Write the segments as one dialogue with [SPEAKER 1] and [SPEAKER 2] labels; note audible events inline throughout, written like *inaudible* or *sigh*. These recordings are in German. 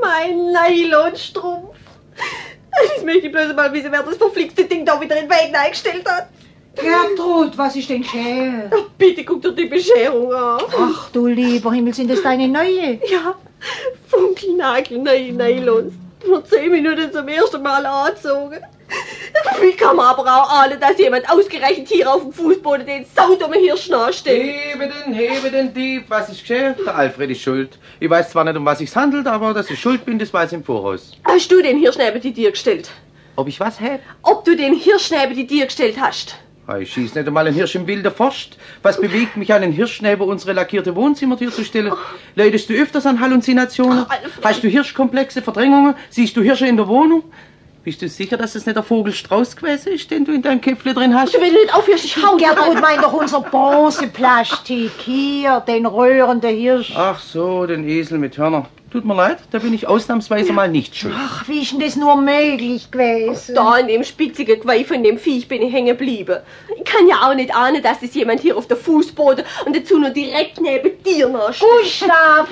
[SPEAKER 1] mein Nylonstrumpf. Ich möchte bloß mal wissen, wer das verflixte Ding da wieder in den Weg eingestellt hat.
[SPEAKER 2] Gertrud, was ist denn schön?
[SPEAKER 1] Ach, bitte guck dir die Bescherung an.
[SPEAKER 2] Ach du lieber Himmel, sind das deine neue?
[SPEAKER 1] Ja, Funkelnagel, nein, Nylons. Vor zehn Minuten zum ersten Mal angezogen. Wie kann man aber auch ahnen, dass jemand ausgerechnet hier auf dem Fußboden den saudummen Hirsch nachstellt?
[SPEAKER 3] Hebe den, hebe den Dieb. Was ist geschehen? Der Alfred ist schuld. Ich weiß zwar nicht, um was es handelt, aber dass ich schuld bin, das weiß ich im Voraus.
[SPEAKER 1] Hast du den Hirsch neben die dir gestellt?
[SPEAKER 3] Ob ich was hab?
[SPEAKER 1] Ob du den Hirsch neben die dir gestellt hast?
[SPEAKER 3] Ah, Ich schieß nicht einmal einen Hirsch im Wilde Forst. Was bewegt mich, einen Hirsch neben unsere lackierte Wohnzimmertür zu stellen? Leidest du öfters an Halluzinationen?
[SPEAKER 1] Ach, Alfred.
[SPEAKER 3] Hast du Hirschkomplexe, Verdrängungen? Siehst du Hirsche in der Wohnung? Bist du sicher, dass es nicht der Vogel Strauß gewesen ist, den du in deinem Käpfle drin hast?
[SPEAKER 1] Du willst nicht aufhörst, ich hau dir
[SPEAKER 2] Gertrud
[SPEAKER 1] rein.
[SPEAKER 2] meint doch unser Bronzeplastik. Hier, den röhrenden Hirsch.
[SPEAKER 3] Ach so, den Esel mit Hörner. Tut mir leid, da bin ich ausnahmsweise mal nicht schuld.
[SPEAKER 2] Ach, wie ist denn das nur möglich gewesen?
[SPEAKER 1] Da in dem spitzigen Geweih von dem Viech bin ich hängen geblieben. Ich kann ja auch nicht ahnen, dass das jemand hier auf der Fußboden und dazu nur direkt neben dir nachstellt.
[SPEAKER 2] Gustav,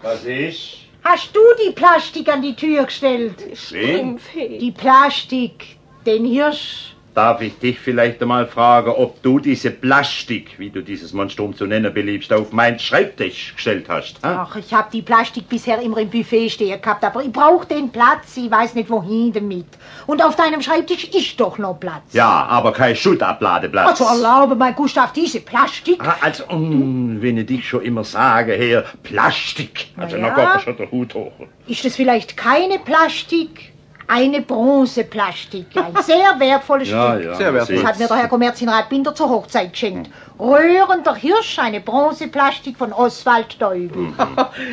[SPEAKER 4] Was ist?
[SPEAKER 2] hast du die Plastik an die Tür gestellt?
[SPEAKER 4] Wen?
[SPEAKER 2] Die Plastik, den Hirsch.
[SPEAKER 4] Darf ich dich vielleicht einmal fragen, ob du diese Plastik, wie du dieses Monstrum zu nennen beliebst, auf meinen Schreibtisch gestellt hast? Ha?
[SPEAKER 2] Ach, ich hab die Plastik bisher immer im Buffet stehen gehabt, aber ich brauch den Platz, ich weiß nicht wohin damit. Und auf deinem Schreibtisch ist doch noch Platz.
[SPEAKER 4] Ja, aber kein Schuttabladeplatz.
[SPEAKER 2] Also erlaube mal, Gustav, diese Plastik.
[SPEAKER 4] Ah, also, mm, wenn ich dich schon immer sage, Herr, Plastik. Also,
[SPEAKER 2] Na
[SPEAKER 4] na
[SPEAKER 2] ja.
[SPEAKER 4] kommt schon der Hut hoch.
[SPEAKER 2] Ist es vielleicht keine Plastik? Eine Bronzeplastik, ein sehr wertvolles Stück.
[SPEAKER 3] Sehr wertvoll.
[SPEAKER 2] Das hat mir der Herr Kommerzienrat Binder zur Hochzeit geschenkt. Röhrender Hirsch, eine Bronzeplastik von Oswald Däubel.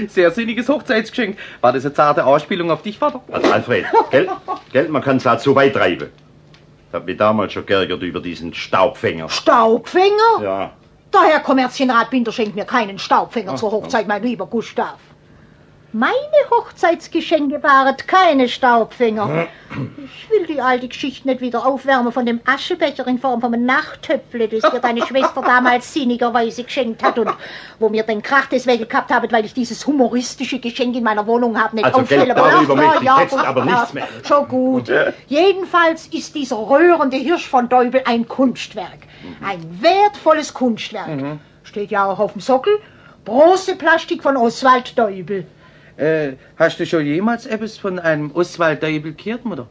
[SPEAKER 3] Sehr sinniges Hochzeitsgeschenk. War das eine zarte Ausspielung auf dich, Vater?
[SPEAKER 4] Also Alfred, gell? gell? Man kann es halt so weit treiben. Ich hab mich damals schon geärgert über diesen Staubfänger.
[SPEAKER 2] Staubfänger?
[SPEAKER 4] Ja.
[SPEAKER 2] Der Herr Kommerzienrat Binder schenkt mir keinen Staubfänger zur Hochzeit, mein lieber Gustav. Meine Hochzeitsgeschenke waren keine Staubfänger. Ich will die alte Geschichte nicht wieder aufwärmen von dem Aschebecher in Form von einem Nachttöpfle, das mir
[SPEAKER 4] *laughs*
[SPEAKER 2] deine Schwester damals sinnigerweise geschenkt hat und wo mir den Krach deswegen gehabt habe, weil ich dieses humoristische Geschenk in meiner Wohnung habe nicht
[SPEAKER 4] Also, gell,
[SPEAKER 2] aufstellen
[SPEAKER 4] darüber
[SPEAKER 2] Ach,
[SPEAKER 4] möchte ich jetzt
[SPEAKER 2] gut,
[SPEAKER 4] aber
[SPEAKER 2] ja,
[SPEAKER 4] nichts mehr.
[SPEAKER 2] Schon gut. Jedenfalls ist dieser rührende Hirsch von Deubel ein Kunstwerk.
[SPEAKER 4] Mhm.
[SPEAKER 2] Ein wertvolles Kunstwerk. Steht ja auch auf dem Sockel. Bronzeplastik von Oswald Deubel.
[SPEAKER 3] Äh, hast du schon jemals etwas von einem Oswald Deibel gehört, Mutter?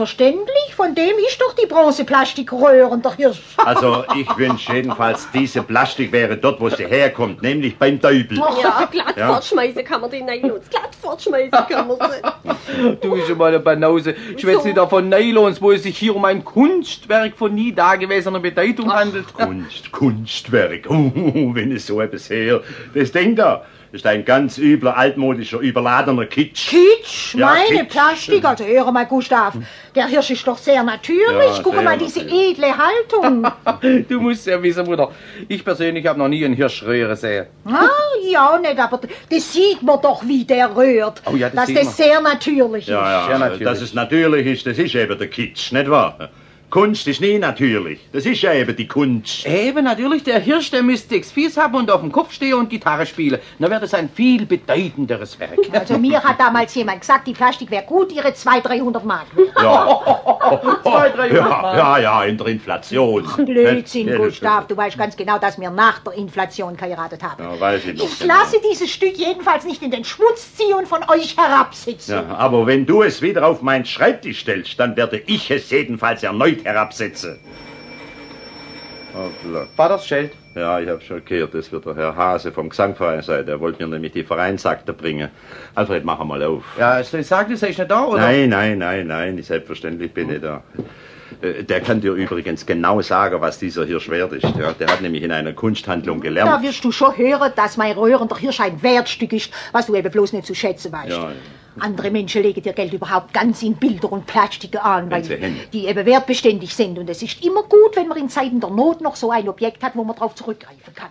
[SPEAKER 2] Selbstverständlich, von dem ist doch die Bronzeplastik röhrender Hirsch.
[SPEAKER 4] Also, ich wünsche jedenfalls, diese Plastik wäre dort, wo sie herkommt, nämlich beim Teufel.
[SPEAKER 1] Ja, glatt
[SPEAKER 4] Ja.
[SPEAKER 1] fortschmeißen kann man den Nylons. Glatt fortschmeißen kann man sie.
[SPEAKER 3] Du bist schon mal eine Banause. Schwätze
[SPEAKER 1] So.
[SPEAKER 3] da von Nylons, wo es sich hier um ein Kunstwerk von nie dagewesener Bedeutung handelt.
[SPEAKER 4] Kunst, Kunstwerk. Uh, wenn es so etwas her. Das Ding da ist ein ganz übler, altmodischer, überladener Kitsch.
[SPEAKER 2] Kitsch,
[SPEAKER 4] Ja,
[SPEAKER 2] meine
[SPEAKER 4] Kitsch. Hm.
[SPEAKER 2] Plastik, also höre mal, Gustav. Der Hirsch ist doch sehr natürlich.
[SPEAKER 4] Ja,
[SPEAKER 2] Guck
[SPEAKER 4] sehr
[SPEAKER 2] mal, diese
[SPEAKER 4] natürlich.
[SPEAKER 2] edle Haltung.
[SPEAKER 3] *laughs*
[SPEAKER 4] *laughs*
[SPEAKER 3] Du musst ja wissen, Mutter. Ich persönlich habe noch nie einen Hirsch rühren sehen.
[SPEAKER 2] Ah, ja, nicht, aber das sieht man doch, wie der rührt.
[SPEAKER 3] Oh ja, das
[SPEAKER 2] dass
[SPEAKER 3] sieht
[SPEAKER 2] das
[SPEAKER 3] man.
[SPEAKER 2] sehr natürlich ist.
[SPEAKER 4] Ja,
[SPEAKER 3] Ja,
[SPEAKER 4] ja,
[SPEAKER 3] natürlich.
[SPEAKER 4] dass es natürlich ist, das ist eben der Kitsch, nicht wahr? Kunst ist nie natürlich. Das ist ja eben die Kunst.
[SPEAKER 3] Eben, natürlich, der Hirsch, der müsste sechs Fies haben und auf dem Kopf stehen und Gitarre spielen. Dann wäre das ein viel bedeutenderes Werk.
[SPEAKER 2] Also mir hat damals jemand gesagt, die Plastik wäre gut, ihre 200, 300 Mark.
[SPEAKER 4] *laughs* Ja,
[SPEAKER 3] Zwei, drei
[SPEAKER 4] ja, ja, ja, in der Inflation.
[SPEAKER 2] Blödsinn,
[SPEAKER 4] Ja,
[SPEAKER 2] Gustav, du weißt ganz genau, dass wir nach der Inflation geheiratet haben.
[SPEAKER 4] Ja, genau. weiß ich noch.
[SPEAKER 2] Ich lasse dieses Stück jedenfalls nicht in den Schmutz ziehen und von euch herabsitzen.
[SPEAKER 4] Ja, aber wenn du es wieder auf meinen Schreibtisch stellst, dann werde ich es jedenfalls erneut herabsetzen. Oh, Glück.
[SPEAKER 3] *laughs* Vater Scheld.
[SPEAKER 4] Ja, ich habe schon gehört, das wird der Herr Hase vom Gesangverein sein. Der wollte mir nämlich die Vereinsakte bringen. Alfred, mach mal auf.
[SPEAKER 3] Ja, soll ich sagen, das ist nicht da, oder?
[SPEAKER 4] Nein, nein, nein, nein, ich selbstverständlich bin ich da. Äh, Der kann dir übrigens genau sagen, was dieser Hirsch wert ist. Ja, der hat nämlich in einer Kunsthandlung
[SPEAKER 2] Da
[SPEAKER 4] gelernt.
[SPEAKER 2] wirst du schon hören, dass mein rührender Hirsch ein Wertstück ist, was du eben bloß nicht zu schätzen weißt.
[SPEAKER 4] Ja, ja.
[SPEAKER 2] Andere Menschen legen dir Geld überhaupt ganz in Bilder und Plastiken an, weil
[SPEAKER 4] sie haben.
[SPEAKER 2] die eben wertbeständig sind. Und es ist immer gut, wenn man in Zeiten der Not noch so ein Objekt hat, wo man drauf zurückgreifen kann.